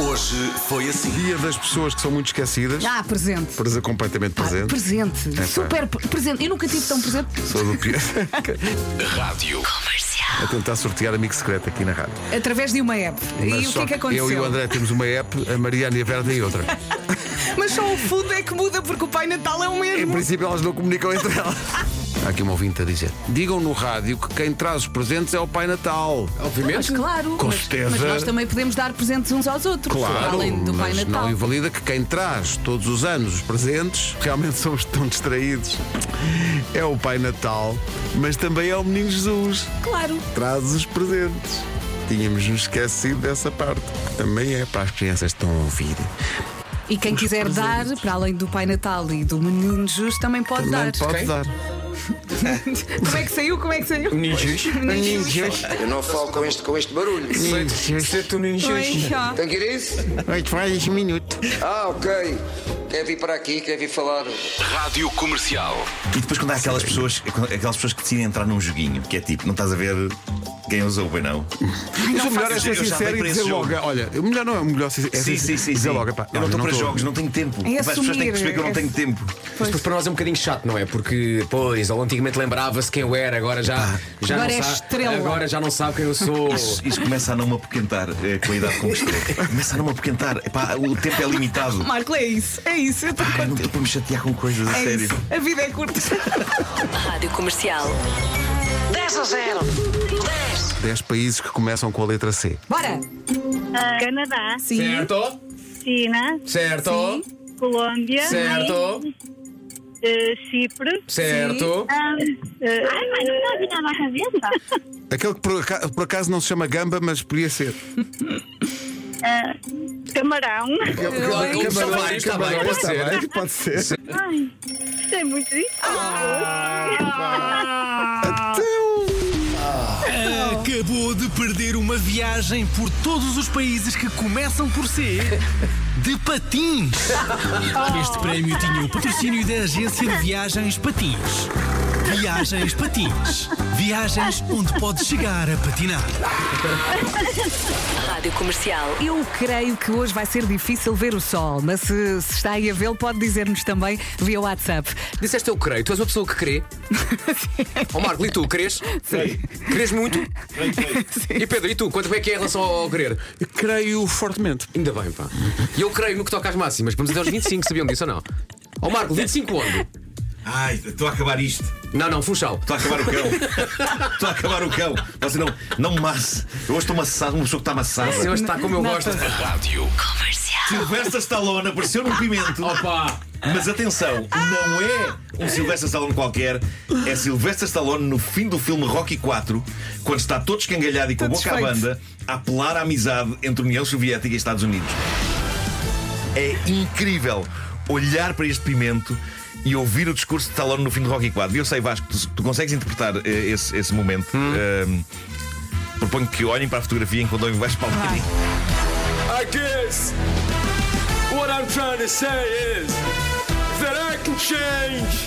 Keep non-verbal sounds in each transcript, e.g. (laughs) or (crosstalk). Hoje foi assim. Dia das pessoas que são muito esquecidas. Ah, presente. Presa completamente presente. É Presente. pá. Super pre- presente. Eu nunca tive tão presente. Sou do (laughs) pior. Rádio. a tentar sortear amigo secreto aqui na rádio. Através de uma app. Mas e o que só é que aconteceu? Eu e o André temos uma app, a Mariana e a Vera têm outra. Mas só o fundo é que muda, porque o Pai Natal é o Em mesmo. princípio, elas não comunicam entre (laughs) elas. Há aqui um ouvinte a dizer: digam no rádio que quem traz os presentes é o Pai Natal. Mas Obviamente. claro, É Com mas, certeza. mas nós também podemos dar presentes uns aos outros, Claro, além do Pai mas não Natal. invalida que quem traz todos os anos os presentes realmente são os que estão distraídos. É o Pai Natal, mas também é o Menino Jesus. Claro. Traz os presentes. Tínhamos nos esquecido dessa parte. Também é para as crianças que estão a ouvir. E quem quiser dar, para além do Pai Natal e do Menino Jus, também pode Também dar. pode dar. Como é que saiu? Como é que saiu? Menino Jus. Eu não falo com este, com este barulho. é Tem que ir a isso? Oito mais um minuto. Ah, ok. Quer vir para aqui, quer vir falar. Rádio Comercial. E depois quando há aquelas pessoas, aquelas pessoas que decidem entrar num joguinho, que é tipo, não estás a ver quem usou bem não. Mas o melhor é faças ser isso, eu já sincero dei e para dizer esse logo. jogo. Olha, o melhor não é o melhor ser é sim, ser- sim, sim. dizer sim. logo. epá, eu não estou para tô. jogos, não tenho tempo. É As pessoas têm que perceber que eu não assumir, tenho tempo. Mas depois para nós é um bocadinho chato, não é? Porque, pois, ele antigamente lembrava-se quem eu era, agora já, já Agora não é sabe. estrela. Agora já não sabe quem eu sou. Isto começa a não me apoquentar eh, com a idade com que estou. Começa a não me apoquentar. Epá, o tempo é limitado. Marco, é isso. É isso. Eu estou Ai, não contigo. estou para me chatear com coisas, a É sério. isso. A vida é (laughs) curta. Rádio Comercial. 10 a 0. 10. 10 países que começam com a letra C. Bora! Ah, Canadá, Sim. Certo? China, Certo? Colômbia, Certo? eh, Chipre. Certo? Ah, eh, Ai, mas não está virando a cabeça. Aquele que por aca- por acaso, não se chama gamba, mas podia ser. Camarão. Claro, Camarões, está bem, está bem, pode Está ser. bem, pode ser. Ai, isto é muito difícil. Então, Acabou de perder uma viagem por todos os países que começam por C de patins. Este prémio tinha o patrocínio da agência de viagens Patins. Viagens Patins. Viagens onde pode chegar a patinar. Rádio Comercial. Eu creio que hoje vai ser difícil ver o sol, mas se, se está aí a vê-lo, pode dizer-nos também via WhatsApp. Disseste eu creio, tu és uma pessoa que crê. Ó Marco, e tu, crês? Sim. Crês muito? E Pedro, e tu, quanto é que é em relação ao crer? Creio fortemente. Ainda bem, pá. E eu creio no que toca às máximas, vamos até aos 25, sabiam disso ou não? Ó Marco, 25 onde? Ai, estou a acabar isto. Não, não, Funchal. Então, Estou a acabar o cão. Estou a acabar o cão. Você não, não me masse. Eu hoje estou massado, uma pessoa que está massada. Se hoje está como eu gosto. Rádio. Silvestre Stallone apareceu num pimento. Opa! Mas atenção, não é um Silvestre Stallone qualquer, é Silvestre Stallone no fim do filme Rocky 4, quando está todo escangalhado e com a Todo boca à desfeito. banda, a apelar à amizade entre União Soviética e Estados Unidos. É incrível olhar para este pimento e ouvir o discurso de Stallone no fim do Rocky 4. E eu sei, Vasco, tu, tu consegues interpretar eh, esse, esse momento. Hum. Eh, proponho que olhem para a fotografia enquanto ouvem Vasco Palmeiras. I guess what I'm trying to say is that I can change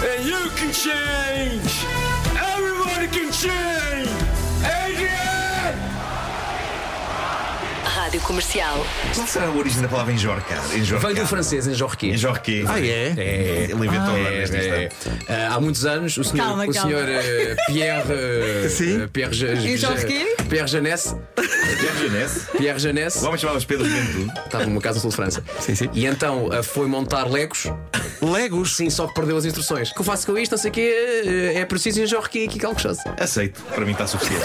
and you can change. Everybody can change. Adrian! Rádio Comercial. Qual será a origem da palavra enjorcar? Vem do Enjorcar. francês em Jorquê. Enjorquê. Ah, É. Ele inventou agora É, neste é. instante. Ah, há muitos anos, o senhor, Calma, o calma. senhor eh, Pierre. eh, Sim. eh, Pierre, Ja- Ja- Jorquê? Pierre Janesse. Pierre Jeunesse. Pierre O Janesse. homem chamava-se Pedro Juventude. Estava numa casa no sul de França. Sim, sim. E então ah, foi montar legos. Legos? Sim, só que perdeu as instruções. O que eu faço com isto? Não sei o quê. eh, É preciso em Jorquê aqui qualquer coisa. Aceito. Para mim está suficiente.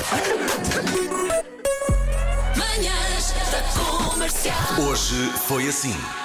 Hoje foi assim.